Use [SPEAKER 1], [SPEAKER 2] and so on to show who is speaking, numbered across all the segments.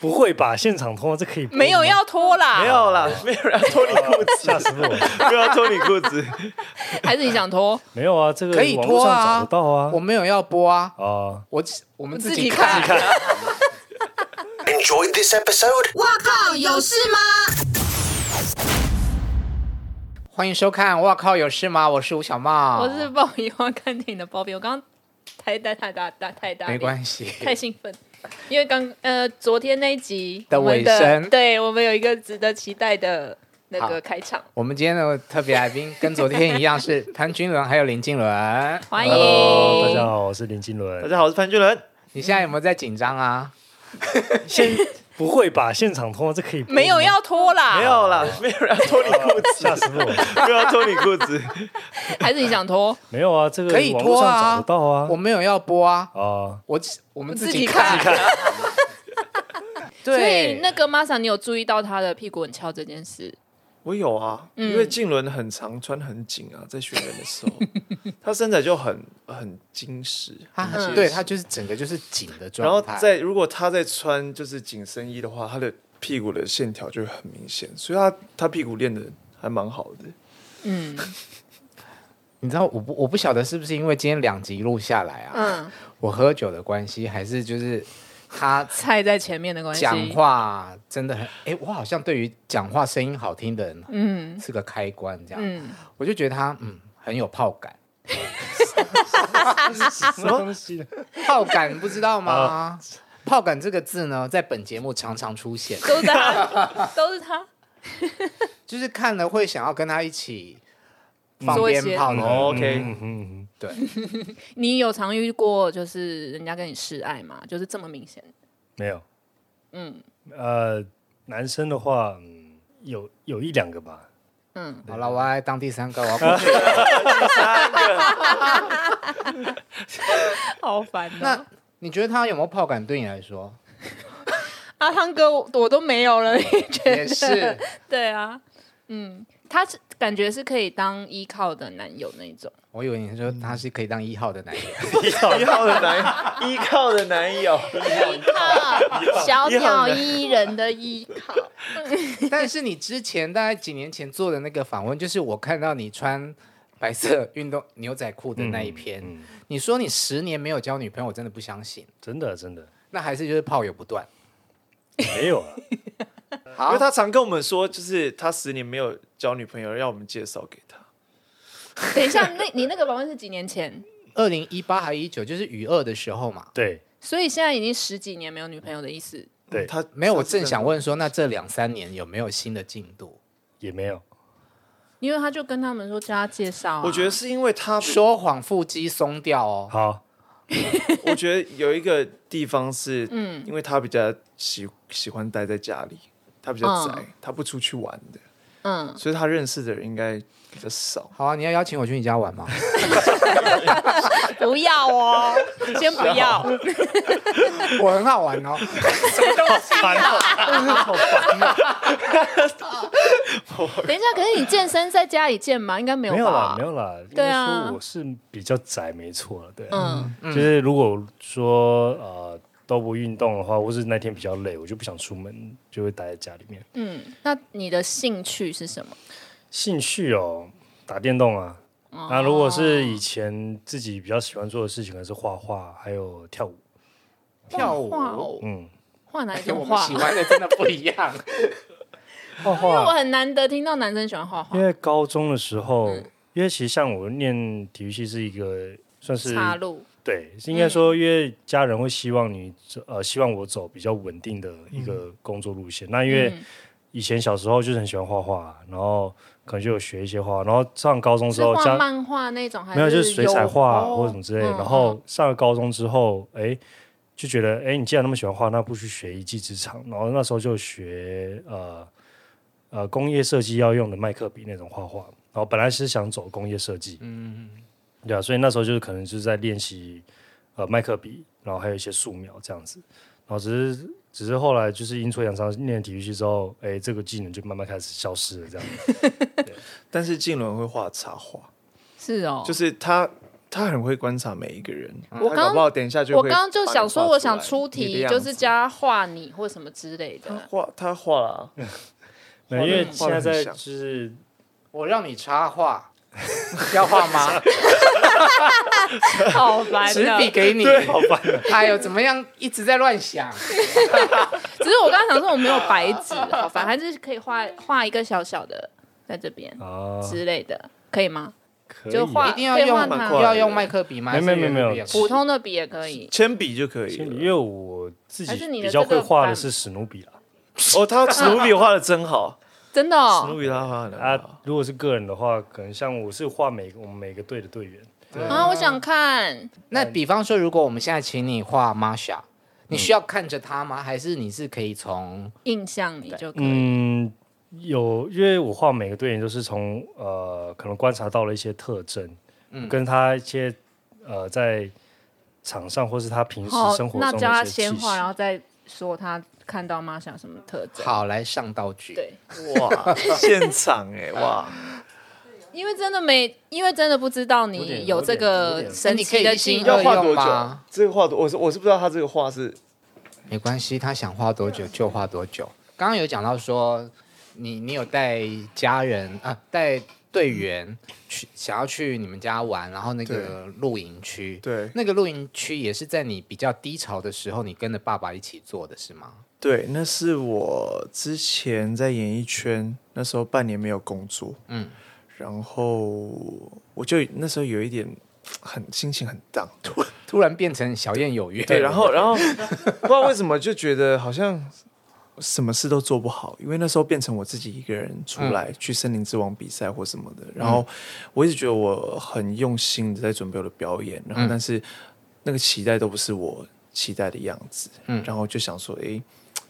[SPEAKER 1] 不会吧？现场脱这可以播吗
[SPEAKER 2] 没有要脱啦，
[SPEAKER 3] 没有 啦，没有人要脱你裤子，
[SPEAKER 1] 吓死我！
[SPEAKER 3] 没有要脱你裤子，
[SPEAKER 2] 还是你想脱？
[SPEAKER 1] 没有啊，这个
[SPEAKER 4] 可以
[SPEAKER 1] 网络
[SPEAKER 4] 脱
[SPEAKER 1] 上找
[SPEAKER 4] 啊
[SPEAKER 1] 得到啊
[SPEAKER 4] 我。没有要播啊，
[SPEAKER 1] 啊，
[SPEAKER 4] 我我们
[SPEAKER 2] 自
[SPEAKER 4] 自
[SPEAKER 2] 己
[SPEAKER 4] 己
[SPEAKER 2] 看
[SPEAKER 4] 看。
[SPEAKER 5] Enjoyed this episode?
[SPEAKER 4] 欢迎收看，哇靠，有事吗？我是吴小茂，
[SPEAKER 2] 我是抱遗忘看电影的包庇，我刚刚太大太大大太大力，
[SPEAKER 4] 没关系，
[SPEAKER 2] 太兴奋，因为刚呃昨天那一集
[SPEAKER 4] 的
[SPEAKER 2] 我们
[SPEAKER 4] 尾声
[SPEAKER 2] 对我们有一个值得期待的那个
[SPEAKER 4] 好
[SPEAKER 2] 开场，
[SPEAKER 4] 我们今天的特别来宾跟昨天一样是潘君伦还有林静伦。
[SPEAKER 2] 欢迎
[SPEAKER 1] Hello，大家好，我是林金
[SPEAKER 3] 大
[SPEAKER 1] 伦。
[SPEAKER 3] 家好，我是潘俊伦，
[SPEAKER 4] 你现在有没有在紧张啊？
[SPEAKER 1] 现不会吧？现场脱这可以播吗
[SPEAKER 2] 没有要脱啦，
[SPEAKER 3] 没有 啦，没有人要脱你裤子，
[SPEAKER 1] 吓死我！
[SPEAKER 3] 没有要脱你裤子，
[SPEAKER 2] 还是你想脱？
[SPEAKER 1] 没有啊，这个
[SPEAKER 4] 可以
[SPEAKER 1] 网络
[SPEAKER 4] 脱
[SPEAKER 1] 上找
[SPEAKER 4] 啊
[SPEAKER 1] 得到啊
[SPEAKER 4] 我。没有要播啊，
[SPEAKER 1] 啊，
[SPEAKER 4] 我我们己
[SPEAKER 2] 自己看所以
[SPEAKER 4] 对，
[SPEAKER 2] 那个玛莎，你有注意到她的屁股很翘这件事？
[SPEAKER 3] 我有啊，
[SPEAKER 2] 嗯
[SPEAKER 3] 因为静伦很常穿很紧啊，在选人的 时候，他身材就很很精实，
[SPEAKER 4] 他
[SPEAKER 3] 很结
[SPEAKER 2] 嗯
[SPEAKER 4] 很
[SPEAKER 3] 实
[SPEAKER 4] 对他就是整个就是紧的
[SPEAKER 3] 然后
[SPEAKER 4] 状态。
[SPEAKER 3] 在如果他在穿就是紧身衣的话，他的屁股的线条就会很明显，所以他他屁股练的还蛮好的。
[SPEAKER 2] 嗯
[SPEAKER 4] 你知道我不我不晓得是不是因为今天两集录下来啊，
[SPEAKER 2] 嗯，
[SPEAKER 4] 我喝酒的关系，还是就是他
[SPEAKER 2] 菜在前面的关系，
[SPEAKER 4] 讲话真的很哎，我好像对于讲话声音好听的人
[SPEAKER 2] 嗯
[SPEAKER 4] 是个开关这样，
[SPEAKER 2] 嗯，
[SPEAKER 4] 我就觉得他嗯很有炮感，
[SPEAKER 1] 什么东西呢？
[SPEAKER 4] 炮感不知 道
[SPEAKER 2] 啊
[SPEAKER 4] 吗？炮感这个字呢，在本节目常常出现，
[SPEAKER 2] 都在她，都是她。
[SPEAKER 4] 就是看了会想要跟他一起放
[SPEAKER 2] 做一
[SPEAKER 4] 鞭
[SPEAKER 2] 些哦
[SPEAKER 4] 炮的人。
[SPEAKER 3] OK，
[SPEAKER 1] 嗯嗯嗯，
[SPEAKER 4] 对，
[SPEAKER 2] 你有常遇过就是人家跟你示爱吗？就是这么明显？
[SPEAKER 1] 没有。
[SPEAKER 2] 嗯
[SPEAKER 1] 呃，男生的话，嗯，有有一两个 吧。
[SPEAKER 2] 嗯，
[SPEAKER 4] 好了，我要来当第三个，我要过去。
[SPEAKER 2] 好烦、
[SPEAKER 3] 哦
[SPEAKER 4] 那你觉得他有没有炮感？对你来 说
[SPEAKER 2] 阿汤哥我我都没有了，你觉得？
[SPEAKER 4] 也是，
[SPEAKER 2] 对啊，嗯，他是感觉是可以当依靠的男友那一种。
[SPEAKER 4] 我以为你说他是可以当一号的男人，
[SPEAKER 3] 依靠的男依靠的男友，
[SPEAKER 2] 依靠，小
[SPEAKER 3] 鸟
[SPEAKER 2] 依人的依靠。
[SPEAKER 4] 但是你之前大概几年前做的那个访问，就是我看到你穿白色运动牛仔裤的那一篇，
[SPEAKER 1] 嗯，嗯
[SPEAKER 4] 你说你十年没有交女朋友，我真的不相信。
[SPEAKER 1] 真的真的
[SPEAKER 4] 那还是就是炮友不断。
[SPEAKER 1] 没有啊。
[SPEAKER 3] 因
[SPEAKER 4] 好
[SPEAKER 3] 为，他常跟我们说，就是他十年没有交女朋友，让我们介绍给他。
[SPEAKER 2] 等一下，那你那个访问是几年前？
[SPEAKER 4] 二零一八还一九就是雨二的时候嘛。
[SPEAKER 1] 对
[SPEAKER 2] 所以现在已经十几年没有女朋友的意思。
[SPEAKER 1] 对，
[SPEAKER 3] 他
[SPEAKER 4] 没有，我正想问说，那这两三年有没有新的进度？
[SPEAKER 1] 也没有。
[SPEAKER 2] 因为他就跟他们说叫他介绍、啊，
[SPEAKER 3] 我觉得是因为他，
[SPEAKER 4] 说谎腹肌松掉哦，
[SPEAKER 1] 好，
[SPEAKER 3] 我觉得有一个地方是，
[SPEAKER 2] 嗯
[SPEAKER 3] 嗯，因为他比较喜喜欢待在家里，他比较宅，
[SPEAKER 2] 嗯
[SPEAKER 3] 他不出去玩的，
[SPEAKER 2] 嗯，
[SPEAKER 3] 所以他认识的人应该比较少。
[SPEAKER 4] 好啊，你要邀请我去你家玩吗？
[SPEAKER 2] 不要哦，先不要，
[SPEAKER 4] 我很好玩哦，
[SPEAKER 1] 烦啊
[SPEAKER 2] 等一下，可是你健身在家里健吗？应该没有
[SPEAKER 1] 没有啦
[SPEAKER 2] 吧？，
[SPEAKER 1] 没有啦。应
[SPEAKER 2] 对
[SPEAKER 1] 该
[SPEAKER 2] 啊
[SPEAKER 1] 说我是比较宅，没错了。对，
[SPEAKER 2] 嗯
[SPEAKER 1] 就是如果说呃都不运动的话，或是那天比较累，我就不想出门，就会待在家里面。
[SPEAKER 2] 嗯。那你的兴趣是什么？
[SPEAKER 1] 兴趣哦，打电动啊。
[SPEAKER 2] 哦
[SPEAKER 1] 那如果是以前自己比较喜欢做的事情，可能是画画，还有跳舞。
[SPEAKER 4] 跳
[SPEAKER 2] 画
[SPEAKER 4] 舞。
[SPEAKER 2] 哦，
[SPEAKER 1] 嗯，
[SPEAKER 2] 画哪一
[SPEAKER 4] 哎跟我
[SPEAKER 2] 种
[SPEAKER 4] 们
[SPEAKER 2] 画？
[SPEAKER 4] 喜欢的真的不一样。
[SPEAKER 1] 画
[SPEAKER 2] 因为我
[SPEAKER 1] 画，
[SPEAKER 2] 很难得听到男生喜欢画画
[SPEAKER 1] 因。为高中的时候，
[SPEAKER 2] 嗯
[SPEAKER 1] 因为其实像我念体育系是一个算是
[SPEAKER 2] 岔路，
[SPEAKER 1] 对，是应
[SPEAKER 2] 嗯
[SPEAKER 1] 该说，因为家人会希望你走呃，希望我走比较稳定的一个工作路线。那因为
[SPEAKER 2] 嗯
[SPEAKER 1] 以前小时候就是很喜欢画画，然后可能就有学一些画，然后上高中之
[SPEAKER 2] 是
[SPEAKER 1] 后
[SPEAKER 2] 画
[SPEAKER 1] 家
[SPEAKER 2] 漫画那种，还
[SPEAKER 1] 没有就是是水彩
[SPEAKER 2] 油
[SPEAKER 1] 画
[SPEAKER 2] 哦
[SPEAKER 1] 或者什么之类的。
[SPEAKER 2] 嗯
[SPEAKER 1] 然后上了高中之后，哎，就觉得哎，你既然那么喜欢画，那不去学一技之长？然后那时候就学呃呃工业设计要用的麦克笔那种画画。然后本来是想走工业设计，
[SPEAKER 4] 嗯，
[SPEAKER 1] 对啊，所以那时候就是可能就是在练习呃麦克笔，然后还有一些素描这样子，然后只是只是后来就是阴错阳差念体育系之后，哎，这个技能就慢慢开始消失了这样。
[SPEAKER 3] 但是静伦会画插画，
[SPEAKER 2] 是哦，
[SPEAKER 3] 就是他他很会观察每一个人。
[SPEAKER 2] 我
[SPEAKER 3] 他
[SPEAKER 2] 刚
[SPEAKER 3] 搞不好等一下就
[SPEAKER 2] 我
[SPEAKER 3] 会
[SPEAKER 2] 刚刚就
[SPEAKER 3] 把你
[SPEAKER 2] 想说，
[SPEAKER 3] 画
[SPEAKER 2] 我
[SPEAKER 3] 出来
[SPEAKER 2] 想出
[SPEAKER 3] 你的
[SPEAKER 2] 题，
[SPEAKER 3] 样
[SPEAKER 2] 就
[SPEAKER 3] 子
[SPEAKER 2] 是加画你或什么之类
[SPEAKER 3] 他
[SPEAKER 2] 的。
[SPEAKER 3] 画他画了啊，
[SPEAKER 1] 没有因为 现
[SPEAKER 3] 画得
[SPEAKER 1] 在
[SPEAKER 3] 很
[SPEAKER 1] 在
[SPEAKER 3] 像
[SPEAKER 1] 就是
[SPEAKER 4] 我让你插 画，要画吗？
[SPEAKER 2] 好烦
[SPEAKER 4] 纸笔
[SPEAKER 2] 啊！
[SPEAKER 4] 给你。
[SPEAKER 1] 好烦啊，
[SPEAKER 4] 哎呦，怎么样？一直在乱 想。
[SPEAKER 2] 只是我刚刚想说我没有白纸，好烦，还是可以画画一个小小的在这边
[SPEAKER 1] 啊，
[SPEAKER 2] 之类的，可以吗？
[SPEAKER 1] 可以啊
[SPEAKER 2] 就画
[SPEAKER 4] 一定要
[SPEAKER 2] 可以
[SPEAKER 4] 用
[SPEAKER 2] 换
[SPEAKER 3] 吗
[SPEAKER 4] 要用麦克笔吗？
[SPEAKER 1] 没有没有没有
[SPEAKER 4] 还是圆珠笔也可以
[SPEAKER 2] 普通的笔也可以。
[SPEAKER 3] 铅笔就可以
[SPEAKER 1] 铅笔因
[SPEAKER 3] 了。
[SPEAKER 1] 为我自己
[SPEAKER 2] 还是你的
[SPEAKER 1] 比较
[SPEAKER 2] 这
[SPEAKER 1] 会
[SPEAKER 2] 个
[SPEAKER 1] 画的
[SPEAKER 2] 版
[SPEAKER 1] 是史努比啦。
[SPEAKER 3] 哦，他史努比画的真好，
[SPEAKER 2] 真的
[SPEAKER 3] 史
[SPEAKER 2] 哦
[SPEAKER 3] 努比他画的
[SPEAKER 1] 啊，如果是个人的话，可能像我是画每个我们每个队的队
[SPEAKER 3] 嗯
[SPEAKER 1] 员，
[SPEAKER 2] 啊，我想看，
[SPEAKER 4] 那比方说，如果我们现在请你画 Masha，你需要看着他吗？还是你是可以从
[SPEAKER 2] 印象你就可以。
[SPEAKER 1] 嗯，有，因为我画每个队员都是从呃，可能观察到了一些特征，
[SPEAKER 3] 嗯
[SPEAKER 1] 跟他一些呃在场上或是他平时
[SPEAKER 2] 好
[SPEAKER 1] 生，活
[SPEAKER 2] 那
[SPEAKER 1] 中
[SPEAKER 2] 教
[SPEAKER 1] 的
[SPEAKER 2] 他
[SPEAKER 1] 一些
[SPEAKER 2] 先
[SPEAKER 1] 气息
[SPEAKER 2] 画，。然后再说他看到妈想什么特征。
[SPEAKER 4] 好来上道具？，
[SPEAKER 2] 对，
[SPEAKER 3] 哇，现场哎哇，
[SPEAKER 2] 因为真的没，因为真的不知道你有这个神
[SPEAKER 4] 你可
[SPEAKER 2] 奇
[SPEAKER 4] 以
[SPEAKER 2] 的
[SPEAKER 4] 一
[SPEAKER 2] 经
[SPEAKER 4] 心
[SPEAKER 2] 验
[SPEAKER 3] 要
[SPEAKER 4] 二
[SPEAKER 3] 画多
[SPEAKER 4] 用
[SPEAKER 3] 久
[SPEAKER 4] 吗？？
[SPEAKER 3] 这个画多，我是我是不知道他这个画是
[SPEAKER 4] 没关系，他想画多久就画多久。刚刚有讲到说，你你有带家人啊，带队员去想要去你们家玩，然后那个露营区，
[SPEAKER 3] 对
[SPEAKER 4] 那个露营区也是在你比较低潮的时候，你跟着爸爸一起做的是吗？
[SPEAKER 3] 对，那是我之前在演艺圈，那时候半年没有工作，
[SPEAKER 4] 嗯，
[SPEAKER 3] 然后我就那时候有一点很心情很荡，
[SPEAKER 4] 突然变成小燕有约，
[SPEAKER 3] 对，然后然后不知道为什么就觉得好像什么事都做不好，因为那时候变成我自己一个人出来、去森林之王比赛或什么的，然后我一直觉得我很用心的在准备我的表演，然后但是那个期待都不是我期待的样子，
[SPEAKER 4] 嗯
[SPEAKER 3] 然后就想说，诶，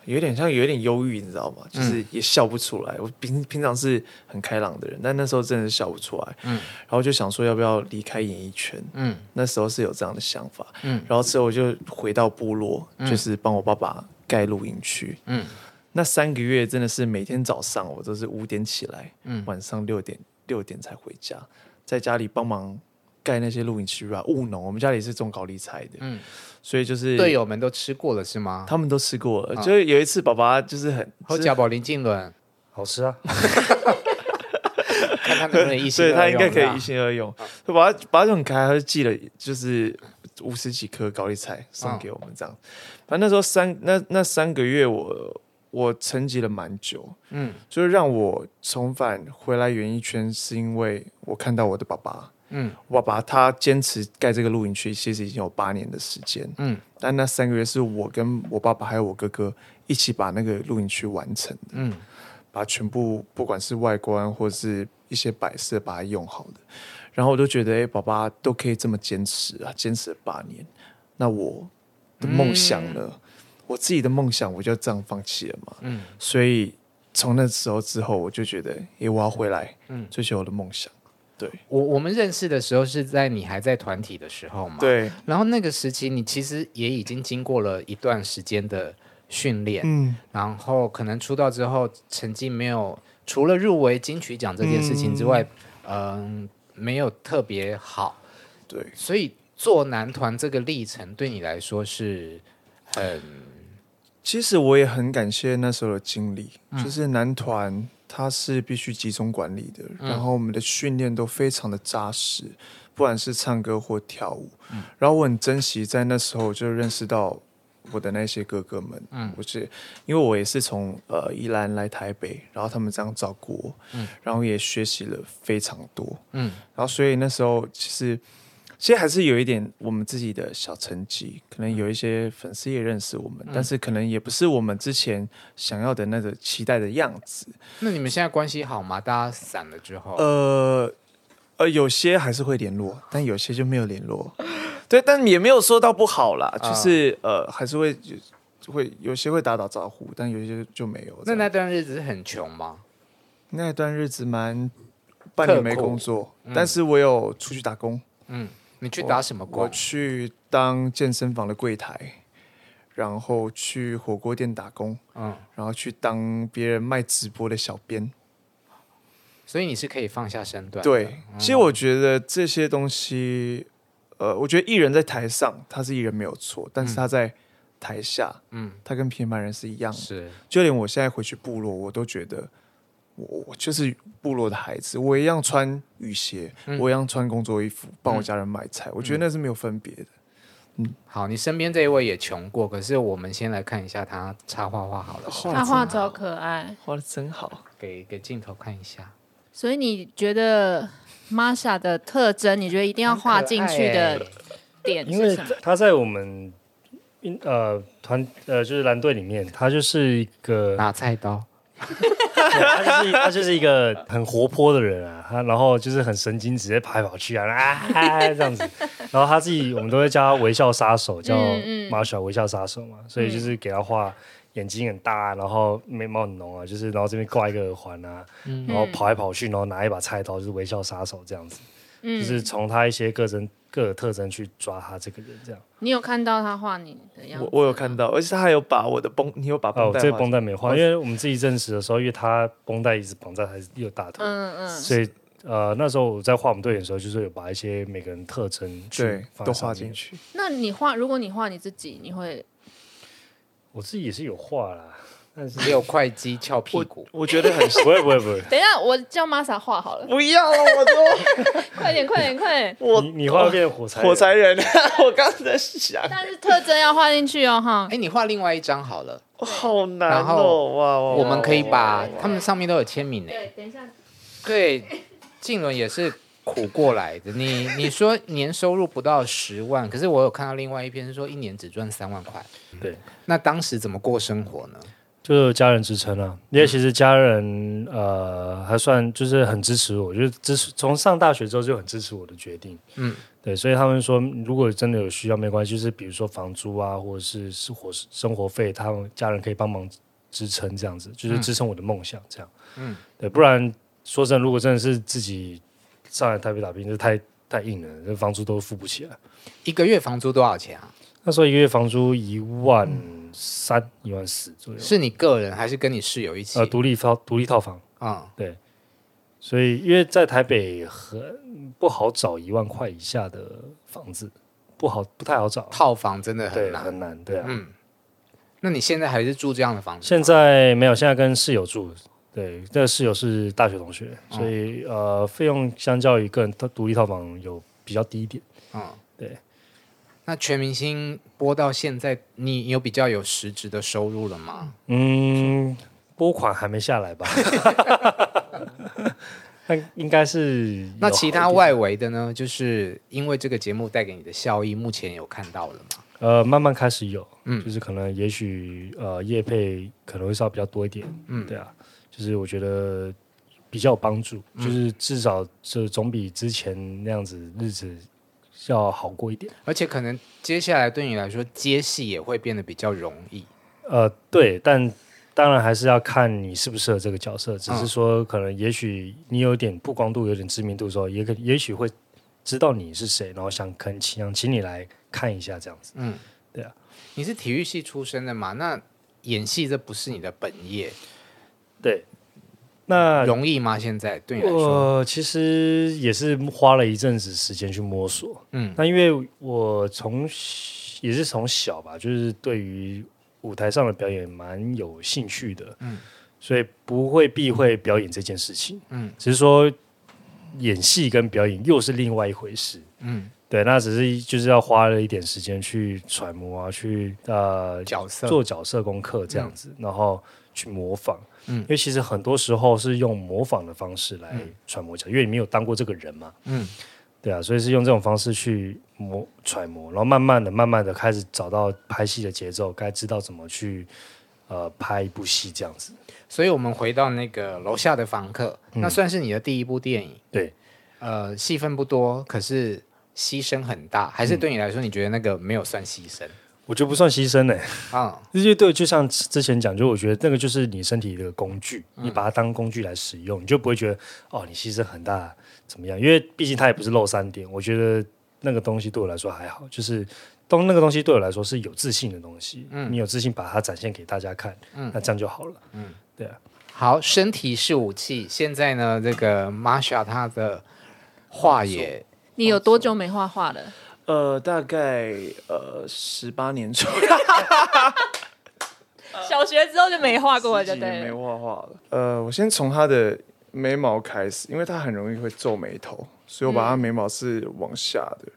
[SPEAKER 3] 有点像有点忧郁，你知道吗？就是也笑不出来。我平平常是很开朗的人，但那时候真的是笑不出来。嗯，然后就想说要不要离开演艺圈？
[SPEAKER 4] 嗯
[SPEAKER 3] 那时候是有这样的想法。
[SPEAKER 4] 嗯
[SPEAKER 3] 然后之后我就回到部落，就是帮我爸爸盖露营区。
[SPEAKER 4] 嗯
[SPEAKER 3] 那三个月真的是每天早上我都是五点起来，
[SPEAKER 4] 嗯
[SPEAKER 3] 晚上六点六点才回家，在家里帮忙盖那些露营区啊，务农。我们家里是种高丽菜的，
[SPEAKER 4] 嗯
[SPEAKER 3] 所以就是
[SPEAKER 4] 队友啊们都吃过了是吗？
[SPEAKER 3] 他们都吃过了。就是有一次爸爸就是很
[SPEAKER 4] 后
[SPEAKER 3] 就是
[SPEAKER 4] 脚保林静伦，
[SPEAKER 1] 好吃啊，
[SPEAKER 4] 看他能不能一心
[SPEAKER 3] 对他
[SPEAKER 4] 二
[SPEAKER 3] 应
[SPEAKER 4] 用啊
[SPEAKER 3] 该可
[SPEAKER 4] 啦
[SPEAKER 3] 以一心二用。就把它把它就很开，他就寄了就是五十几颗高丽菜送给我们这样。反正那时候三那那三个月我我沉寂了蛮久，
[SPEAKER 4] 嗯
[SPEAKER 3] 就是让我重返回来园艺圈，是因为我看到我的爸爸。
[SPEAKER 4] 嗯
[SPEAKER 3] 我爸爸他坚持盖这个露营区，其实已经有八年的时间。
[SPEAKER 4] 嗯
[SPEAKER 3] 但那三个月是我跟我爸爸还有我哥哥一起把那个露营区完成的，
[SPEAKER 4] 嗯，
[SPEAKER 3] 把全部不管是外观或是一些摆设把它用好的。然后我就觉得，哎、爸爸都可以这么坚持啊，坚持了八年，那我的梦想呢？我自己的梦想我就这样放弃了嘛。
[SPEAKER 4] 嗯
[SPEAKER 3] 所以从那时候之后，我就觉得，哎、我要回来，
[SPEAKER 4] 嗯
[SPEAKER 3] 追求我的梦想。对
[SPEAKER 4] 我我们认识的时候是在你还在团体的时候嘛，。
[SPEAKER 3] 对，
[SPEAKER 4] 然后那个时期，你其实也已经经过了一段时间的训练，
[SPEAKER 3] 嗯，
[SPEAKER 4] 然后可能出道之后成绩没有，除了入围金曲奖这件事情之外，嗯、没有特别好，
[SPEAKER 3] 对。
[SPEAKER 4] 所以做男团这个历程对你来说是很
[SPEAKER 3] 其实我也很感谢那时候的经历，就是男团它是必须集中管理的，然后我们的训练都非常的扎实，不管是唱歌或跳舞。然后我很珍惜在那时候就认识到我的那些哥哥们，嗯，我是因为我也是从呃宜兰来台北，然后他们这样照顾我，嗯，然后也学习了非常多，
[SPEAKER 4] 嗯
[SPEAKER 3] 嗯，然后所以那时候其实。其实还是有一点我们自己的小成绩，可
[SPEAKER 4] 嗯
[SPEAKER 3] 能有一些粉丝也认识我们，但是可能也不是我们之前想要的那个期待的样子。
[SPEAKER 4] 那你们现在关系好吗？大家散了之后，
[SPEAKER 3] 呃呃，有些还是会联
[SPEAKER 4] 哦
[SPEAKER 3] 络，但有些就没有联 络。对，但也没有说到不好啦，
[SPEAKER 4] 啊
[SPEAKER 3] 就是、呃，还是会会有些会打打招呼，但有些就没有
[SPEAKER 4] 那
[SPEAKER 3] 这样。
[SPEAKER 4] 那段日子是很穷吗？
[SPEAKER 3] 那段日子蛮半年没
[SPEAKER 4] 刻苦
[SPEAKER 3] 工作，但是我有出去打工。
[SPEAKER 4] 嗯，你去打什么
[SPEAKER 3] 我
[SPEAKER 4] 工？
[SPEAKER 3] 去当健身房的柜台，然后去火锅店打工，
[SPEAKER 4] 嗯，
[SPEAKER 3] 然后去当别人卖直播的小编。
[SPEAKER 4] 所以你是可以放下身段。，
[SPEAKER 3] 对，其实我觉得这些东西，呃，我觉得艺人在台上他是艺人没有错，但是他在台下，
[SPEAKER 4] 嗯
[SPEAKER 3] 嗯，他跟平凡人是一样的。
[SPEAKER 4] 是
[SPEAKER 3] 就连我现在回去部落，我都觉得我我就是部落的孩子，我一样穿雨鞋，
[SPEAKER 4] 嗯
[SPEAKER 3] 我一样穿工作衣服，帮我家人买菜，我觉得那是没有分别的。
[SPEAKER 4] 好，你身边这一位也穷过，可是我们先来看一下他插画画哦好了，
[SPEAKER 2] 他画超可爱，
[SPEAKER 3] 画的真好，
[SPEAKER 4] 给给镜头看一下。
[SPEAKER 2] 所以你觉得 Masha 的特征，你觉得一定要画进去
[SPEAKER 4] 很可
[SPEAKER 2] 的
[SPEAKER 4] 爱欸
[SPEAKER 2] 点
[SPEAKER 1] 因
[SPEAKER 2] 是
[SPEAKER 1] 为
[SPEAKER 2] 什么？
[SPEAKER 1] 他在我们因呃团呃就是蓝队里面，他就是一个
[SPEAKER 4] 拿菜 刀，
[SPEAKER 1] 他就是他就是一个很活泼的人啊，他然后就是很神经质，直接跑来跑去啊啊啊这样子。然后他自己我们都会叫他微笑杀手，叫
[SPEAKER 2] 嗯嗯
[SPEAKER 1] 马小微笑杀手嘛，所以就是给他画眼睛很大，然后眉毛很浓啊，就是然后这边挂一个耳环啊，
[SPEAKER 2] 嗯
[SPEAKER 1] 然后跑来跑去，然后拿一把菜刀，就是微笑杀手这样子，就
[SPEAKER 2] 嗯，
[SPEAKER 1] 是从他一些个征个的特征去抓他这个人这样。
[SPEAKER 2] 你有看到他画你的样
[SPEAKER 3] 我
[SPEAKER 2] 子？
[SPEAKER 3] 我有看到，而且他还有把我的绷，你有把绷
[SPEAKER 1] 哦，
[SPEAKER 3] 带、
[SPEAKER 1] 这个绷带没画，因为我们自己证实的时候，因为他绷带一直绑在他右大腿，
[SPEAKER 2] 嗯嗯，
[SPEAKER 1] 所以呃，那时候我在画我们队员的时候，就是有把一些每个人特征去
[SPEAKER 3] 对
[SPEAKER 1] 放在
[SPEAKER 3] 都
[SPEAKER 1] 上
[SPEAKER 3] 画
[SPEAKER 1] 面
[SPEAKER 3] 进。去。
[SPEAKER 2] 那你画，如果你画你自己，你会
[SPEAKER 1] 我自己也是有画啦，但是
[SPEAKER 4] 只有块肌翘屁股。
[SPEAKER 3] 我觉得 很
[SPEAKER 1] 不会不会不会，
[SPEAKER 2] 等一下，我叫 Masha 画好了，
[SPEAKER 3] 不要了，我都
[SPEAKER 2] 快点，快点，快点！
[SPEAKER 3] 我哦
[SPEAKER 1] 你你画会变成火柴人
[SPEAKER 3] 火柴人，我刚才在想，
[SPEAKER 2] 但是特征要画进去哦，哈
[SPEAKER 4] 哎、。你画另外一张好了，
[SPEAKER 3] 好难
[SPEAKER 4] 然后
[SPEAKER 3] 哦，哇哇！
[SPEAKER 4] 我们可以把
[SPEAKER 3] 哦
[SPEAKER 4] 他们上面都有签名呢。
[SPEAKER 2] 哎对，等一下，
[SPEAKER 4] 对，静伦也是苦过来的。你 你说年收入不到十万，可是我有看到另外一篇是说一年只赚三万块。
[SPEAKER 1] 对，
[SPEAKER 4] 那当时怎么过生活呢？
[SPEAKER 1] 就是有家人支撑啊。因为其实家人呃还算就是很支持我，就是支持从上大学之后就很支持我的决定。
[SPEAKER 4] 嗯
[SPEAKER 1] 嗯，对，所以他们说如果真的有需要没关系，就是比如说房租啊，或者是是活生活费，他们家人可以帮忙支撑这样子，就是支撑我的梦想这样。
[SPEAKER 4] 嗯
[SPEAKER 1] 嗯，对，不然说真的，如果真的是自己上来台北打拼，这太太硬了，这房租都付不起来。
[SPEAKER 4] 一个月房租多少钱啊？
[SPEAKER 1] 那时候一个月房租一万三、一万四左右，
[SPEAKER 4] 是你个人还是跟你室友一起？
[SPEAKER 1] 呃，独立套独立套房。
[SPEAKER 4] 嗯，
[SPEAKER 1] 所以因为在台北很不好找一万块以下的房子，不好不太好找，
[SPEAKER 4] 套房真的很
[SPEAKER 1] 对，
[SPEAKER 4] 难。
[SPEAKER 1] 很难，对啊。
[SPEAKER 4] 嗯，那你现在还是住这样的房子吗？
[SPEAKER 1] 现在没有，现在跟室友住，对，这个室友是大学同学，所以、
[SPEAKER 4] 嗯
[SPEAKER 1] 呃，费用相较于个人独立套房有比较低一点。
[SPEAKER 4] 嗯，
[SPEAKER 1] 对。
[SPEAKER 4] 那全明星播到现在，你你有比较有实质的收入了吗？
[SPEAKER 1] 嗯，拨款还没下来 吧？ 那应该是有
[SPEAKER 4] 那其他
[SPEAKER 1] 好一点
[SPEAKER 4] 外围的呢？就是因为这个节目带给你的效益，目前有看到了吗？
[SPEAKER 1] 呃，慢慢开始有，
[SPEAKER 4] 嗯
[SPEAKER 1] 就是可能也许呃，业配可能会稍微比较多一点，
[SPEAKER 4] 嗯
[SPEAKER 1] 嗯，对啊，就是我觉得比较有帮助，就是至少这总比之前那样子日子要好过一点。
[SPEAKER 4] 而且可能接下来对你来说，接戏也会变得比较容易。
[SPEAKER 1] 呃，对，但当然还是要看你适不适合这个角色，只
[SPEAKER 4] 嗯
[SPEAKER 1] 是说可能也许你有点曝光度、有点知名度的时候，也可也许会知道你是谁，然后想可能请想请你来看一下这样子。
[SPEAKER 4] 你是体育系出身的嘛？那演戏这不是你的本业，
[SPEAKER 1] 对，那
[SPEAKER 4] 容易吗？现在对你来
[SPEAKER 1] 嗯
[SPEAKER 4] 说，
[SPEAKER 1] 我其实也是花了一阵子时间去摸索。
[SPEAKER 4] 嗯
[SPEAKER 1] 那因为我从小也是从小吧，就是对于舞台上的表演蛮有兴趣的，
[SPEAKER 4] 嗯
[SPEAKER 1] 所以不会避讳表演这件事情。
[SPEAKER 4] 嗯
[SPEAKER 1] 只是说演戏跟表演又是另外一回事。
[SPEAKER 4] 嗯，
[SPEAKER 1] 对，那只是就是要花了一点时间去揣摩啊，去呃
[SPEAKER 4] 角色
[SPEAKER 1] 做角色功课这样子，然后去模仿。
[SPEAKER 4] 嗯
[SPEAKER 1] 因为其实很多时候是用模仿的方式来揣摩角色，因为你没有当过这个人嘛，
[SPEAKER 4] 嗯
[SPEAKER 1] 对啊，所以是用这种方式去模揣摩，然后慢慢的、慢慢的开始找到拍戏的节奏，该知道怎么去呃拍一部戏这样子。
[SPEAKER 4] 所以我们回到那个楼下的房客，
[SPEAKER 1] 嗯
[SPEAKER 4] 那算是你的第一部电影。
[SPEAKER 1] 对，
[SPEAKER 4] 呃，戏份不多，可是牺牲很大，还是
[SPEAKER 1] 嗯
[SPEAKER 4] 对你来说，你觉得那个没有算牺牲？
[SPEAKER 1] 我觉得不算牺牲呢、欸
[SPEAKER 4] 嗯
[SPEAKER 1] 这些对，就像之前讲，就我觉得那个就是你身体的一个工具，你把它当工具来使用，你就不会觉得哦，你牺牲很大怎么样？因为毕竟它也不是露三点，我觉得那个东西对我来说还好，就是当那个东西对我来说是有自信的东西，你有自信把它展现给大家看，那这样就好了。
[SPEAKER 4] 好，身体是武器。现在呢，这个 Masha 她的话也
[SPEAKER 2] 你有多久没画画了？
[SPEAKER 3] 呃，大概呃十八年左右，
[SPEAKER 2] 小学之后就没画过了，
[SPEAKER 3] 十
[SPEAKER 2] 就
[SPEAKER 3] 几年
[SPEAKER 2] 对
[SPEAKER 3] 没
[SPEAKER 2] 了。
[SPEAKER 3] 画画了。呃，我先从他的眉毛开始，因为他很容易会皱眉头，所以我
[SPEAKER 2] 嗯
[SPEAKER 3] 把他眉毛是往下的。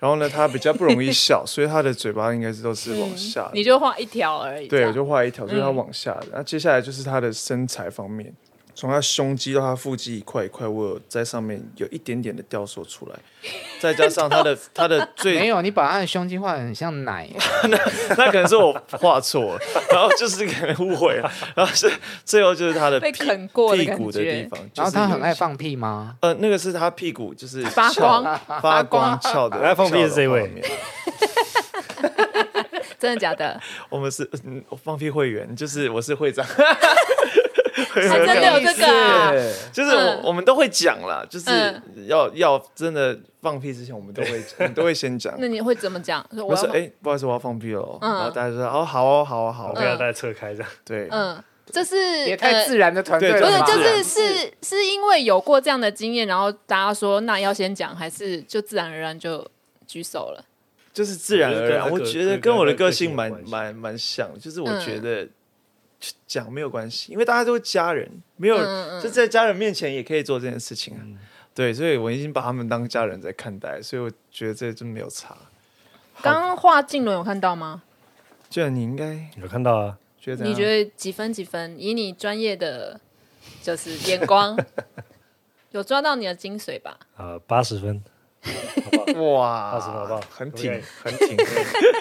[SPEAKER 3] 然后呢，他比较不容易笑，所以他的嘴巴应该是都是往下的。
[SPEAKER 2] 嗯你就画一条而已。这
[SPEAKER 3] 对，
[SPEAKER 2] 样嗯
[SPEAKER 3] 我就画一条，就是他往下的。那、接下来就是他的身材方面，从他胸肌到他腹肌一块一块，我有在上面有一点点的雕塑 出来，再加上他的他的
[SPEAKER 4] 没
[SPEAKER 3] 最，
[SPEAKER 4] 有，你把他的胸肌画的很像奶， 啊
[SPEAKER 3] 那可能是我画错了，然后就是可能误 会了，啊然后是最后就是他的
[SPEAKER 2] 被
[SPEAKER 3] 屁
[SPEAKER 2] 啃过的
[SPEAKER 3] 屁
[SPEAKER 2] 感
[SPEAKER 3] 股的
[SPEAKER 2] 觉
[SPEAKER 3] 地方，就是
[SPEAKER 4] 然后他很
[SPEAKER 3] 有
[SPEAKER 4] 爱放屁吗？
[SPEAKER 3] 呃，那个是他屁股就是
[SPEAKER 2] 发
[SPEAKER 3] 翘
[SPEAKER 2] 光
[SPEAKER 3] 发光翘的，
[SPEAKER 1] 来放屁是
[SPEAKER 3] 翘的
[SPEAKER 1] 这位
[SPEAKER 3] 画面
[SPEAKER 2] 真的假 的？
[SPEAKER 3] 我们是嗯我放屁会员，就是我是会长。
[SPEAKER 2] 还哦真的有这个啊？
[SPEAKER 3] 就是我、
[SPEAKER 2] 嗯
[SPEAKER 3] 我们都会讲啦，就是
[SPEAKER 2] 嗯
[SPEAKER 3] 要、要真的放屁之前，我们都 会我们都会先讲。
[SPEAKER 2] 那你会怎么讲？说
[SPEAKER 3] 我
[SPEAKER 2] 我
[SPEAKER 3] 说
[SPEAKER 2] 要
[SPEAKER 3] 哎、不好意思，我要放屁了哦、
[SPEAKER 2] 嗯
[SPEAKER 3] 然后大家就说哦，好哦，好哦，好
[SPEAKER 1] 我
[SPEAKER 3] 哦
[SPEAKER 1] 不，要再侧开这样。
[SPEAKER 3] 对，
[SPEAKER 2] 嗯，这是
[SPEAKER 4] 也太自然的团队
[SPEAKER 3] 对
[SPEAKER 2] 呃，不
[SPEAKER 4] 了
[SPEAKER 2] 是，
[SPEAKER 4] 吧？
[SPEAKER 2] 就是
[SPEAKER 3] 自然
[SPEAKER 2] 是是因为有过这样的经验，然后大家说那要先讲，还是就自然而然就举手了？
[SPEAKER 3] 就是自然而然。
[SPEAKER 1] 我
[SPEAKER 3] 我
[SPEAKER 1] 觉
[SPEAKER 3] 觉
[SPEAKER 1] 得
[SPEAKER 3] 得
[SPEAKER 1] 跟
[SPEAKER 3] 跟
[SPEAKER 1] 我
[SPEAKER 3] 我
[SPEAKER 1] 的
[SPEAKER 3] 的
[SPEAKER 1] 个
[SPEAKER 3] 个
[SPEAKER 1] 性有
[SPEAKER 3] 性蛮
[SPEAKER 1] 关系
[SPEAKER 3] 蛮蛮像，就是我
[SPEAKER 2] 嗯
[SPEAKER 3] 觉得讲没有关系，因为大家都是家人，没有、
[SPEAKER 2] 嗯嗯嗯
[SPEAKER 3] 就在家人面前也可以做这件事情啊。
[SPEAKER 1] 嗯
[SPEAKER 3] 对，所以我已经把他们当家人在看待，所以我觉得这真没有差。
[SPEAKER 2] 刚刚画静轮有看到吗？
[SPEAKER 3] 既然你应该
[SPEAKER 1] 有看到啊？
[SPEAKER 3] 觉得怎
[SPEAKER 2] 你
[SPEAKER 3] 样
[SPEAKER 2] 觉得几分几分？以你专业的就是眼 光，有抓到你的精髓吧？
[SPEAKER 1] 啊，八十分，啊
[SPEAKER 3] 哇，
[SPEAKER 1] 二十分好不好
[SPEAKER 3] 很
[SPEAKER 1] 可不可
[SPEAKER 3] 挺
[SPEAKER 1] 以，
[SPEAKER 3] 很挺，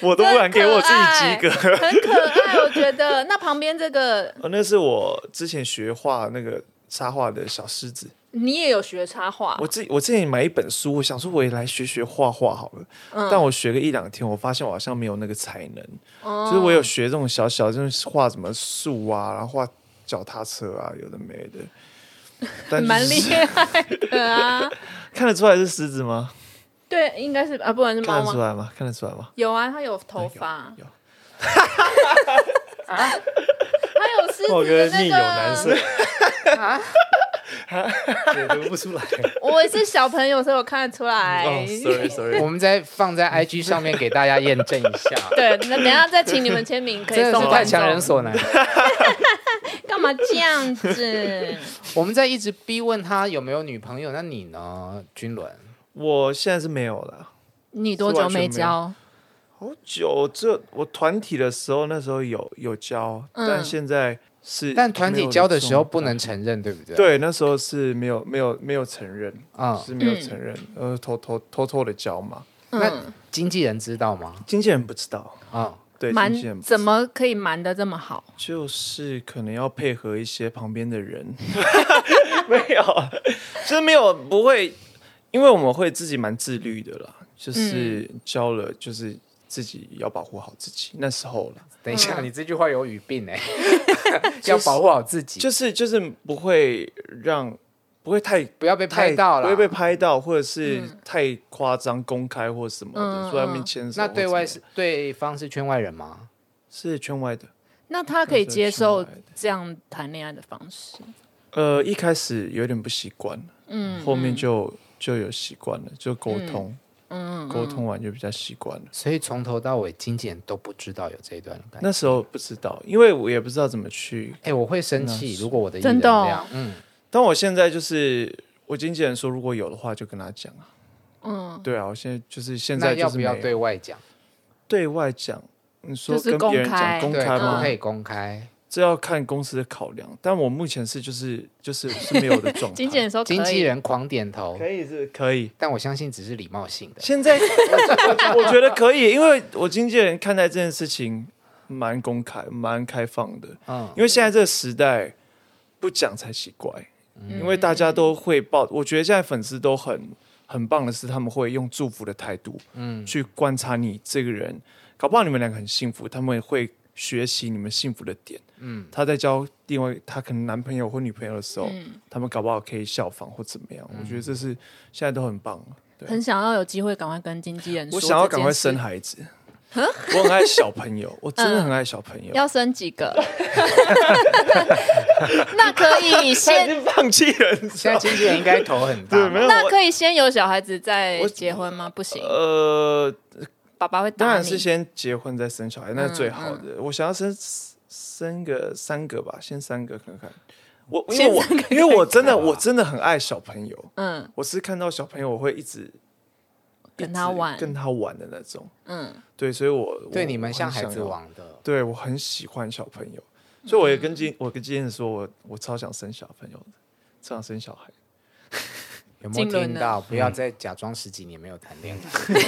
[SPEAKER 3] 我都不敢给我自己及格。
[SPEAKER 2] 很可爱，我觉得。那旁边这个
[SPEAKER 3] 哦，那是我之前学画那个插画的小狮子。
[SPEAKER 2] 你也有学插画
[SPEAKER 3] 我，自己我之前买一本书，我想说我也来学学画画好了。
[SPEAKER 2] 嗯
[SPEAKER 3] 但我学个一两天，我发现我好像没有那个才能。
[SPEAKER 2] 哦
[SPEAKER 3] 就是我有学这种小小，就是画什么树啊，然后画脚踏车啊，有的没的。 但
[SPEAKER 2] 蛮
[SPEAKER 3] 就是
[SPEAKER 2] 厉害的啊。
[SPEAKER 3] 看得出来是狮子吗？
[SPEAKER 2] 对，应该是啊，不管是
[SPEAKER 3] 看
[SPEAKER 2] 猫
[SPEAKER 3] 得出
[SPEAKER 2] 吗？
[SPEAKER 3] 来吗？看得出来吗？
[SPEAKER 2] 有啊，它有头发， 啊
[SPEAKER 3] 有。
[SPEAKER 2] 它有狮
[SPEAKER 1] 豹
[SPEAKER 2] 子
[SPEAKER 1] 哥
[SPEAKER 2] 的
[SPEAKER 1] 命
[SPEAKER 2] 那
[SPEAKER 1] 有难
[SPEAKER 2] 个 啊
[SPEAKER 1] 色。 解读不出来，
[SPEAKER 2] 我是小朋友，所以我看得出来。，
[SPEAKER 3] 哦，sorry sorry，
[SPEAKER 4] 我们再放在 IG 上面给大家验证一下
[SPEAKER 2] 对，那等一下再请你们签名， 可以
[SPEAKER 4] 真的
[SPEAKER 2] 送
[SPEAKER 4] 是
[SPEAKER 2] 观
[SPEAKER 4] 太
[SPEAKER 2] 众
[SPEAKER 4] 强人所难。
[SPEAKER 2] 干嘛这样子？
[SPEAKER 4] 我们在一直逼问他有没有女朋友，那你呢，君伦？
[SPEAKER 3] 我现在是没有了。
[SPEAKER 2] 你多久没交？
[SPEAKER 3] 好久，这我团体的时候那时候有有教，
[SPEAKER 2] 嗯
[SPEAKER 3] 但现在是
[SPEAKER 4] 但团体教的时候不
[SPEAKER 3] 没有
[SPEAKER 4] 能承认，对不对？
[SPEAKER 3] 这种。对，那时候是没有没有没有承认，
[SPEAKER 4] 啊，
[SPEAKER 3] 是没有承认，呃，偷偷偷偷的教嘛。
[SPEAKER 2] 嗯，
[SPEAKER 4] 经纪人知道吗？
[SPEAKER 3] 经纪人不知道，
[SPEAKER 4] 啊，
[SPEAKER 3] 对，经纪人
[SPEAKER 2] 瞒
[SPEAKER 3] 不
[SPEAKER 2] 怎么可以瞒的这么好？
[SPEAKER 3] 就是可能要配合一些旁边的人， 没有，就是没有不会，因为我们会自己蛮自律的啦，就是教了就是自己要保护好自己，那时候了。
[SPEAKER 4] 等一
[SPEAKER 2] 嗯
[SPEAKER 4] 下，你这句话有语病 哎，要保护好自己，
[SPEAKER 3] 就是就是不会让不会太
[SPEAKER 4] 不要被
[SPEAKER 3] 太
[SPEAKER 4] 拍到
[SPEAKER 3] 不
[SPEAKER 4] 了，
[SPEAKER 3] 会被拍到，或者是太夸张、公开或什么
[SPEAKER 2] 嗯嗯
[SPEAKER 3] 的，在外面牵手或
[SPEAKER 4] 那
[SPEAKER 3] 怎么样。
[SPEAKER 4] 对外是对方是圈外人吗？
[SPEAKER 3] 是圈外的。
[SPEAKER 2] 那他可以接受这样谈恋爱的方式？
[SPEAKER 3] 呃，一开始有点不习惯，
[SPEAKER 2] 嗯，
[SPEAKER 3] 后面就就有习惯了，就沟通，嗯，沟通完就比较习惯了。
[SPEAKER 4] 所以从头到尾，经纪人都不知道有这一段感情。
[SPEAKER 3] 那时候不知道，因为我也不知道怎么去。
[SPEAKER 4] 哎、我会生气，如果我的艺人
[SPEAKER 2] 真的哦
[SPEAKER 4] 这样，嗯，
[SPEAKER 3] 但我现在就是，我经纪人说如果有的话就跟他讲啊。
[SPEAKER 2] 嗯，
[SPEAKER 3] 对啊，我现在就是现
[SPEAKER 4] 那
[SPEAKER 3] 在就
[SPEAKER 4] 要
[SPEAKER 3] 是
[SPEAKER 4] 不要
[SPEAKER 3] 没有
[SPEAKER 4] 对外讲？
[SPEAKER 3] 对外讲，你说
[SPEAKER 2] 就是
[SPEAKER 3] 跟别人
[SPEAKER 2] 公开
[SPEAKER 3] 讲公
[SPEAKER 4] 对，
[SPEAKER 3] 开
[SPEAKER 4] 可
[SPEAKER 3] 吗
[SPEAKER 4] 不？可以公开？
[SPEAKER 3] 这要看公司的考量，但我目前是就是就是是没有的 状态。
[SPEAKER 2] 经纪人说可
[SPEAKER 4] 经纪
[SPEAKER 2] 以，
[SPEAKER 4] 人狂点头，
[SPEAKER 3] 可以是可以，
[SPEAKER 4] 但我相信只是礼貌性的。
[SPEAKER 3] 现在我我觉得可以，因为我经纪人看待这件事情蛮公开、蛮开放的，
[SPEAKER 4] 嗯，
[SPEAKER 3] 因为现在这个时代不讲才奇怪，因为大家都会报，我觉得现在粉丝都很很棒的是，他们会用祝福的态度，嗯，去观察你这个人，搞不好你们两个很幸福，他们会学习你们幸福的点，嗯，他在交另外他可能男朋友或女朋友的时候，他们搞不好可以效仿或怎么样，我觉得这是现在都很棒。对
[SPEAKER 2] 很想要有机会赶快跟经纪人说
[SPEAKER 3] 我
[SPEAKER 2] 这件事，啊
[SPEAKER 3] 想要赶快生孩子，
[SPEAKER 2] 嗯
[SPEAKER 3] 我很爱小朋友，我真的很爱小朋友。
[SPEAKER 2] 要生几个？ 那可以
[SPEAKER 3] 他已
[SPEAKER 2] 先，
[SPEAKER 3] 经放弃人，
[SPEAKER 4] 现在经纪人应该头很大
[SPEAKER 3] 对，
[SPEAKER 4] 吧，
[SPEAKER 3] 没 有
[SPEAKER 2] 那
[SPEAKER 3] 我
[SPEAKER 2] 可以先有小孩子再
[SPEAKER 3] 我
[SPEAKER 2] 结婚吗？不行，
[SPEAKER 3] 呃，
[SPEAKER 2] 爸爸会
[SPEAKER 3] 当
[SPEAKER 2] 打
[SPEAKER 3] 然
[SPEAKER 2] 你。
[SPEAKER 3] 是先结婚再生小孩，那是最好
[SPEAKER 2] 嗯
[SPEAKER 3] 的。我想要生生个三个吧，先三个看看。我因为
[SPEAKER 2] 先
[SPEAKER 3] 我
[SPEAKER 2] 三个
[SPEAKER 3] 因为我真的
[SPEAKER 4] 看看
[SPEAKER 3] 我真的很爱小朋友，
[SPEAKER 2] 嗯
[SPEAKER 3] 我是看到小朋友我会一直
[SPEAKER 2] 跟他
[SPEAKER 3] 一直
[SPEAKER 2] 玩
[SPEAKER 3] 跟他玩的那种。
[SPEAKER 2] 嗯，
[SPEAKER 3] 对，所以我
[SPEAKER 4] 对
[SPEAKER 3] 我
[SPEAKER 4] 你们
[SPEAKER 3] 我很
[SPEAKER 4] 像孩子
[SPEAKER 3] 想要
[SPEAKER 4] 王的，
[SPEAKER 3] 对我很喜欢小朋友，嗯所以我也跟今我跟今天说，我我超想生小朋友的，超想生小孩。
[SPEAKER 4] 有没有
[SPEAKER 2] 金轮
[SPEAKER 4] 听
[SPEAKER 2] 呢
[SPEAKER 4] 到？不
[SPEAKER 3] 嗯
[SPEAKER 4] 要再假装十几年没有谈恋爱。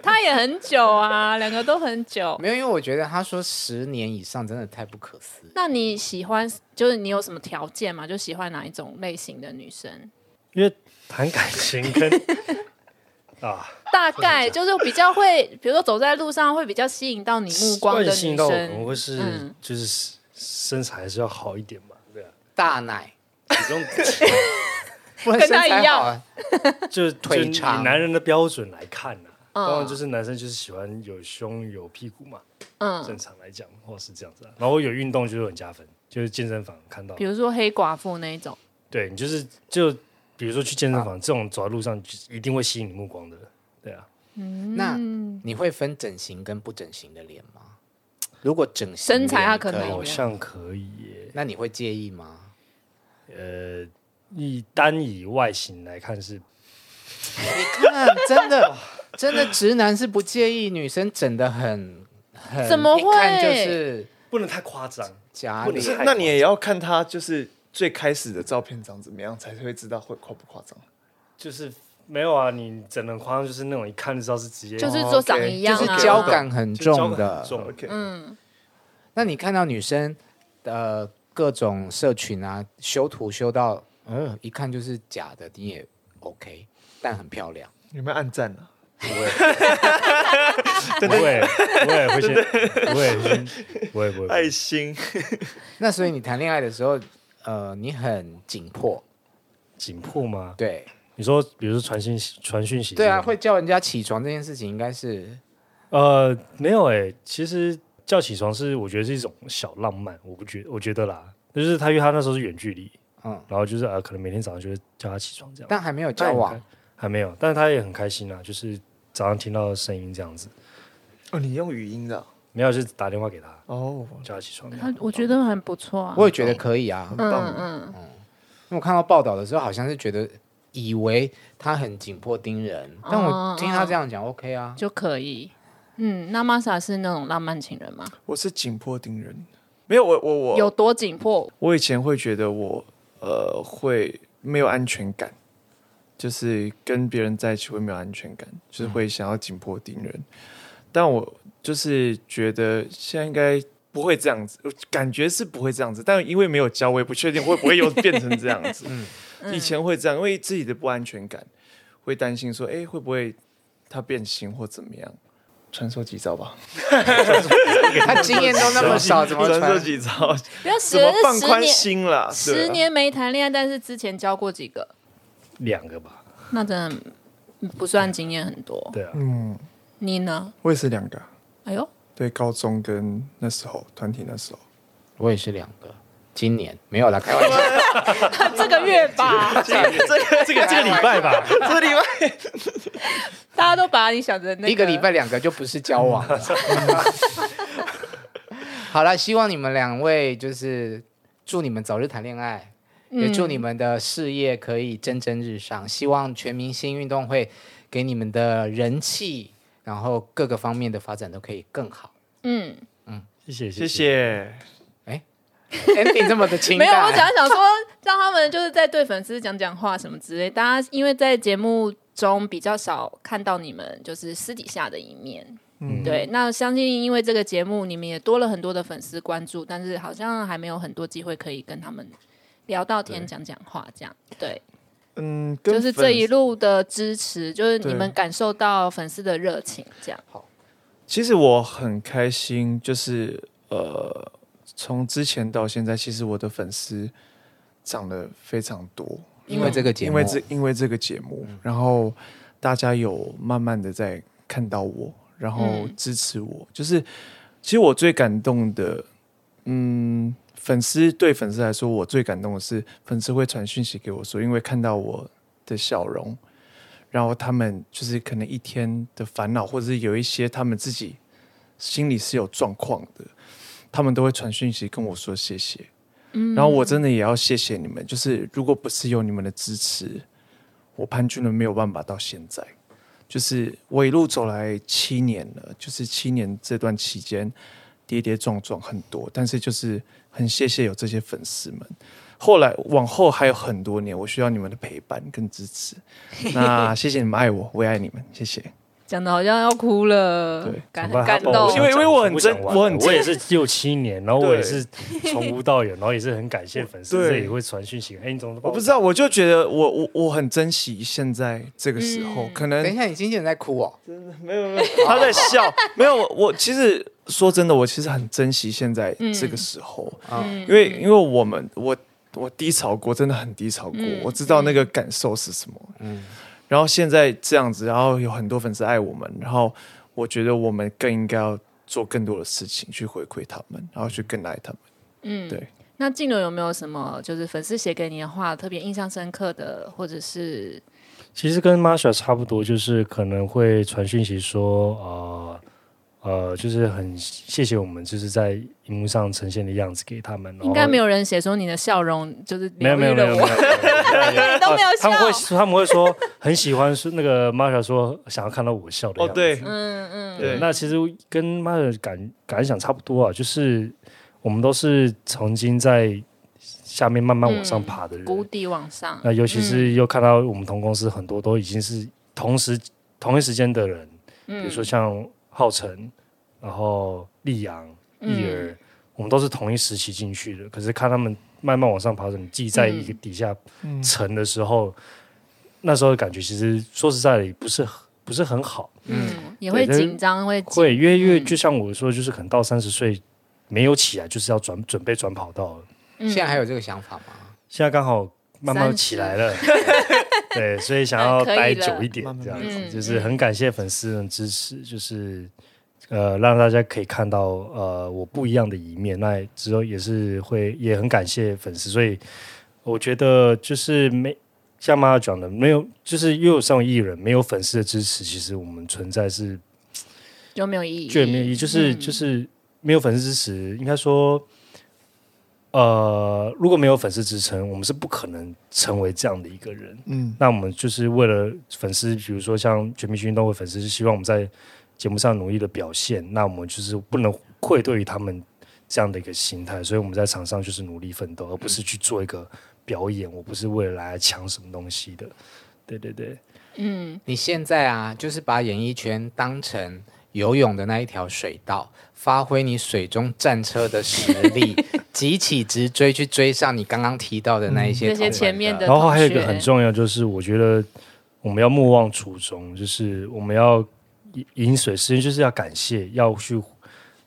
[SPEAKER 2] 他也很久啊，两个都很久。
[SPEAKER 4] 没有，因为我觉得他说十年以上真的太不可思议。
[SPEAKER 2] 那你喜欢就是你有什么条件吗？就喜欢哪一种类型的女生？
[SPEAKER 1] 因为谈感情跟啊，
[SPEAKER 2] 大概就是比较会，比如说走在路上会比较吸引到你目光的
[SPEAKER 1] 惯
[SPEAKER 2] 女
[SPEAKER 1] 性到我可能
[SPEAKER 2] 生。
[SPEAKER 1] 会是、
[SPEAKER 2] 嗯
[SPEAKER 1] 就是身材还是要好一点 嘛，对啊，
[SPEAKER 4] 大奶，
[SPEAKER 1] 不 用
[SPEAKER 4] 不 然
[SPEAKER 2] 跟他
[SPEAKER 4] 身材
[SPEAKER 2] 一样
[SPEAKER 4] 好啊，
[SPEAKER 1] 就
[SPEAKER 4] 腿
[SPEAKER 1] 就
[SPEAKER 4] 长
[SPEAKER 1] 以男人的标准来看呐、
[SPEAKER 2] 嗯
[SPEAKER 1] 当然就是男生就是喜欢有胸有屁股嘛，
[SPEAKER 2] 嗯，
[SPEAKER 1] 正常来讲或是这样子、啊。然后有运动就是很加分，就是健身房看到
[SPEAKER 2] 比，如说黑寡妇那一种，
[SPEAKER 1] 对你就是就比如说去健
[SPEAKER 2] 啊
[SPEAKER 1] 身房、这种走在路上就是一定会吸引你目光的，对啊。
[SPEAKER 2] 嗯
[SPEAKER 4] 那你会分整形跟不整形的脸吗？如果整形
[SPEAKER 2] 身材
[SPEAKER 4] 脸
[SPEAKER 2] 他可能
[SPEAKER 4] 以
[SPEAKER 2] 有
[SPEAKER 1] 好像可以耶，
[SPEAKER 4] 那你会介意吗？
[SPEAKER 1] 呃，以单以外形来看是，
[SPEAKER 4] 你看，真的，真的，直男是不介意女生整的很很，
[SPEAKER 2] 怎么会
[SPEAKER 4] 一看就是
[SPEAKER 1] 不能太夸张，
[SPEAKER 4] 假
[SPEAKER 1] 不
[SPEAKER 4] 脸
[SPEAKER 1] 能
[SPEAKER 3] 不是
[SPEAKER 1] 太，
[SPEAKER 3] 那你也要看他就是最开始的照片长怎么样，才会知道会夸不夸张。
[SPEAKER 1] 就是没有啊，你整的夸张就是那种一看就知道是直接
[SPEAKER 2] 就是
[SPEAKER 3] 哦
[SPEAKER 2] 说长
[SPEAKER 3] OK，
[SPEAKER 2] 一
[SPEAKER 4] 就
[SPEAKER 2] 样
[SPEAKER 4] 是
[SPEAKER 2] 啊，
[SPEAKER 4] 交感很
[SPEAKER 1] 就交
[SPEAKER 4] 重
[SPEAKER 1] 感
[SPEAKER 4] 的
[SPEAKER 1] 很。重
[SPEAKER 3] OK，
[SPEAKER 2] 嗯，
[SPEAKER 4] 那你看到女生呃各种社群啊修图修到嗯一看就是假的，你也 OK，但很漂亮。
[SPEAKER 3] 有没有暗赞啊？
[SPEAKER 1] 不会，不会会先，不会会先，不会不会不会，
[SPEAKER 3] 心，
[SPEAKER 4] 那所以你谈恋爱的时候，呃，你很紧迫，
[SPEAKER 1] 紧迫吗？
[SPEAKER 4] 对
[SPEAKER 1] 你说，比如说传讯息传讯息，
[SPEAKER 4] 对啊，会叫人家起床这件事情应该是
[SPEAKER 1] 呃，没有哎、其实叫起床是我觉得是一种小浪漫，我不觉我觉得啦，就是他因为他那时候是远距离，
[SPEAKER 4] 嗯，
[SPEAKER 1] 然后就是呃，可能每天早上就会叫他起床这样。
[SPEAKER 4] 但还没有啊交往，
[SPEAKER 1] 还没有，但是他也很开心啊，就是早上听到声音这样子，
[SPEAKER 3] 哦，你用语音的啊
[SPEAKER 1] 没有就是打电话给他，
[SPEAKER 3] 哦，
[SPEAKER 1] 叫他起床。
[SPEAKER 2] 他我觉得很不错啊。
[SPEAKER 4] 我也觉得可以啊。
[SPEAKER 3] 很棒
[SPEAKER 2] 嗯嗯，
[SPEAKER 4] 因为我看到报道的时候，好像是觉得以为他很紧迫盯人，
[SPEAKER 2] 哦
[SPEAKER 4] 但我听他这样讲 OK 啊。
[SPEAKER 2] 就可以。嗯，那 Masa 是那种浪漫情人吗？
[SPEAKER 3] 我是紧迫盯人，没有我我我
[SPEAKER 2] 有多紧迫？
[SPEAKER 3] 我以前会觉得我呃会没有安全感，就是跟别人在一起会没有安全感，就是会想要紧迫盯人。但我就是觉得现在应该不会这样子，我感觉是不会这样子，但因为没有教，我也不确定会不会又变成这样 子。以前会这样，因为自己的不安全感，会担心说，哎、会不会他变形或怎么样？传授几招吧，
[SPEAKER 2] 哦
[SPEAKER 4] 他经验都那 么少，怎么
[SPEAKER 3] 传授
[SPEAKER 4] 传？
[SPEAKER 3] 几招？
[SPEAKER 2] 不要
[SPEAKER 3] 怎
[SPEAKER 2] 十
[SPEAKER 3] 么放
[SPEAKER 2] 十
[SPEAKER 3] 宽
[SPEAKER 2] 年
[SPEAKER 3] 心啦？对
[SPEAKER 2] 十
[SPEAKER 3] 啊
[SPEAKER 2] 年没谈恋爱，但是之前交过几个，
[SPEAKER 1] 两个吧，
[SPEAKER 2] 那真的不算经验很多。
[SPEAKER 1] 对啊，
[SPEAKER 2] 你呢？
[SPEAKER 3] 我也是两个啊。
[SPEAKER 2] 哎呦，
[SPEAKER 3] 对，高中跟那时候团体那时候，
[SPEAKER 4] 我也是两个，今年没有啦，开玩笑。
[SPEAKER 2] 这个月吧，
[SPEAKER 3] 这个这个
[SPEAKER 1] 这个礼拜吧，
[SPEAKER 3] 这个礼拜，
[SPEAKER 2] 大家都把你想成那
[SPEAKER 4] 一个礼拜两个就不是交往了。 好了，希望你们两位就是祝你们早日谈恋爱，
[SPEAKER 2] 嗯
[SPEAKER 4] 也祝你们的事业可以蒸蒸日上。希望全明星运动会给你们的人气，然后各个方面的发展都可以 更好。
[SPEAKER 2] 嗯，
[SPEAKER 1] 谢谢
[SPEAKER 3] 谢。谢。
[SPEAKER 4] Andy 这么的清
[SPEAKER 2] 没
[SPEAKER 4] 淡，
[SPEAKER 2] 有，我只要想说，让他们就是在对粉丝讲讲话什么之类。大家因为在节目中比较少看到你们就是私底下的一面，嗯，对。那相信因为这个节目，你们也多了很多的粉丝关注，但是好像还没有很多机会可以跟他们聊到天、讲讲话这样。对，
[SPEAKER 3] 嗯，跟
[SPEAKER 2] 就是
[SPEAKER 3] 粉
[SPEAKER 2] 这一。路的支持，就是你
[SPEAKER 3] 对
[SPEAKER 2] 们感受到粉丝的热情，这样。
[SPEAKER 3] 其实我很开心，就是呃，从之前到现在，其实我的粉丝涨了非常多，
[SPEAKER 4] 因为这个节目，
[SPEAKER 3] 因为这因为这个节目，然后大家有慢慢的在看到我，然后
[SPEAKER 2] 嗯
[SPEAKER 3] 支持我，就是其实我最感动的，嗯，粉丝对粉丝来说，我最感动的是粉丝会传讯息给我说，因为看到我的笑容，然后他们就是可能一天的烦恼，或者是有一些他们自己心里是有状况的，他们都会传讯息跟我说谢谢。然后我真的也要谢谢你们，就是如果不是有你们的支持，我潘俊伦没有办法到现在。就是我一路走来七年了，就是七年这段期间跌跌撞撞很多，但是就是很谢谢有这些粉丝们。后来往后还有很多年，我需要你们的陪伴跟支持。那谢谢你们爱我，我也爱你们，谢谢。
[SPEAKER 2] 讲的好像要哭了
[SPEAKER 3] 对，
[SPEAKER 2] 感
[SPEAKER 1] 怎么办
[SPEAKER 2] 感
[SPEAKER 1] 他把
[SPEAKER 2] 动
[SPEAKER 1] 我。
[SPEAKER 3] 因为因为哦我很
[SPEAKER 1] 全部
[SPEAKER 3] 真
[SPEAKER 1] 讲完
[SPEAKER 3] 我很
[SPEAKER 1] 了
[SPEAKER 3] 真
[SPEAKER 1] 我也是六七年，然后我
[SPEAKER 3] 对
[SPEAKER 1] 也是 从无到有，然后也是很感谢粉丝，
[SPEAKER 3] 对
[SPEAKER 1] 这也会传讯息。哎，你怎么都帮
[SPEAKER 3] 我不知道，我就觉得我我我很珍惜现在这个时候，
[SPEAKER 2] 嗯
[SPEAKER 3] 可
[SPEAKER 4] 等一
[SPEAKER 3] 能
[SPEAKER 4] 下，你今天在哭哦？
[SPEAKER 3] 没有没有， 他在笑，没有我我其实说真的，我其实很珍惜现在这个时候，
[SPEAKER 4] 嗯，
[SPEAKER 3] 因为因为我们我我低潮过，真的很低潮过，
[SPEAKER 2] 嗯
[SPEAKER 3] 我知道那个感受是什么。嗯，然后现在这样子，然后有很多粉丝爱我们，然后我觉得我们更应该要做更多的事情去回馈他们，然后去更爱他们。
[SPEAKER 2] 嗯，
[SPEAKER 3] 对。
[SPEAKER 2] 那静茹有没有什么就是粉丝写给你的话特别印象深刻的，或者是
[SPEAKER 1] 其实跟 Marsha 差不多，就是可能会传讯息说，呃呃，就是很谢谢我们，就是在荧幕上呈现的样子给他们。
[SPEAKER 2] 应该没
[SPEAKER 1] 有，
[SPEAKER 2] 有人写说你的笑容就是
[SPEAKER 1] 没有，没
[SPEAKER 2] 疗
[SPEAKER 1] 有，
[SPEAKER 2] 愈
[SPEAKER 1] 没
[SPEAKER 2] 了
[SPEAKER 1] 有，没
[SPEAKER 2] 我，
[SPEAKER 1] 有 没有。
[SPEAKER 2] 你都没有
[SPEAKER 1] 他
[SPEAKER 2] 笑
[SPEAKER 1] 们。会他们会说很喜欢是那个 Marsha 说想要看到我笑的样子。，
[SPEAKER 3] 哦
[SPEAKER 2] 嗯嗯，
[SPEAKER 3] 对
[SPEAKER 1] 那其实跟 Marsha 感感想差不多啊，就是我们都是曾经在下面慢慢往上
[SPEAKER 2] 嗯
[SPEAKER 1] 爬的人，
[SPEAKER 2] 谷底往上。
[SPEAKER 1] 那尤其是又看到我们同公司很多都已经是同时同一时间的人，
[SPEAKER 2] 嗯
[SPEAKER 1] 比如说像浩辰，然后丽阳、
[SPEAKER 2] 嗯
[SPEAKER 1] 艺儿，我们都是同一时期进去的。可是看他们慢慢往上爬，你自己在一个底下
[SPEAKER 3] 嗯
[SPEAKER 1] 沉的时候，那时候的感觉其实说实在的也不是很不是很好，
[SPEAKER 2] 嗯，也会
[SPEAKER 1] 对就是
[SPEAKER 2] 紧张，会紧
[SPEAKER 1] 会越越
[SPEAKER 2] 嗯
[SPEAKER 1] 就像我说，就是可能到三十岁没有起来，就是要转准备转跑道了。
[SPEAKER 2] 嗯
[SPEAKER 4] 现在还有这个想法吗？
[SPEAKER 1] 现在刚好慢慢起来了，
[SPEAKER 2] 嗯
[SPEAKER 1] 对，所 以想要待久一点
[SPEAKER 3] 可以，了
[SPEAKER 1] 这样
[SPEAKER 2] 慢
[SPEAKER 1] 子
[SPEAKER 2] 慢嗯
[SPEAKER 1] 就是很感谢粉丝的支持，就是呃让大家可以看到呃我不一样的一面。那之后也是会也很感谢粉丝，所以我觉得就是没像妈妈讲的，没有就是又有上艺人，没有粉丝的支持，其实我们存在是
[SPEAKER 2] 嗯就没有意义，
[SPEAKER 1] 就没有意义，就是、
[SPEAKER 2] 嗯
[SPEAKER 1] 就是没有粉丝支持，应该说，呃，如果没有粉丝支撑，我们是不可能成为这样的一个人。
[SPEAKER 3] 嗯，
[SPEAKER 1] 那我们就是为了粉丝，比如说像全明星运动会粉丝，是希望我们在节目上努力的表现，那我们就是不能愧对于他们这样的一个心态，所以我们在场上就是努力奋斗，而不是去做一个表演。我不是为了来抢什么东西的，对对对，
[SPEAKER 2] 嗯
[SPEAKER 4] 你现在啊，就是把演艺圈当成游泳的那一条水道，发挥你水中战车的实 力，急起直追去追上你刚刚提到的那一些
[SPEAKER 2] 这
[SPEAKER 4] 同
[SPEAKER 2] 嗯些
[SPEAKER 4] 门的、
[SPEAKER 2] 前面的
[SPEAKER 1] 然后还有一
[SPEAKER 2] 同
[SPEAKER 1] 个
[SPEAKER 2] 学
[SPEAKER 1] 很重要，就是我觉得我们要莫忘初衷，就是我们要饮饮水思源，就是要感谢，要去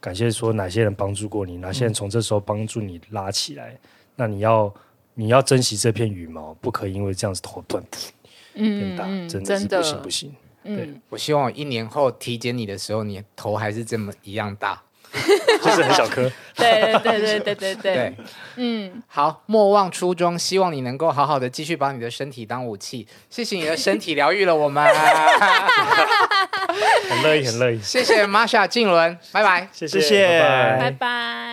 [SPEAKER 1] 感谢说哪些人帮助过你，哪
[SPEAKER 2] 嗯
[SPEAKER 1] 些人从这时候帮助你拉起来。那你要你要珍惜这片羽毛，不可以因为这样子头断变
[SPEAKER 2] 嗯
[SPEAKER 1] 大，
[SPEAKER 2] 嗯，
[SPEAKER 1] 真的
[SPEAKER 2] 真
[SPEAKER 1] 是不行不行。
[SPEAKER 2] 嗯，
[SPEAKER 4] 我希望我一年后体检你的时候，你头还是这么一样大。
[SPEAKER 1] 就是很小颗。
[SPEAKER 2] 对对对对对对
[SPEAKER 4] 对
[SPEAKER 2] 对，，嗯，
[SPEAKER 4] 好，莫忘初衷，希望你能够好好的继续把你的身体当武器。谢谢你的身体疗愈 了我们，
[SPEAKER 1] 很乐意，很乐意。
[SPEAKER 4] 谢谢玛莎静伦，拜拜。
[SPEAKER 1] 谢
[SPEAKER 3] 谢谢
[SPEAKER 1] 拜拜
[SPEAKER 2] 拜拜。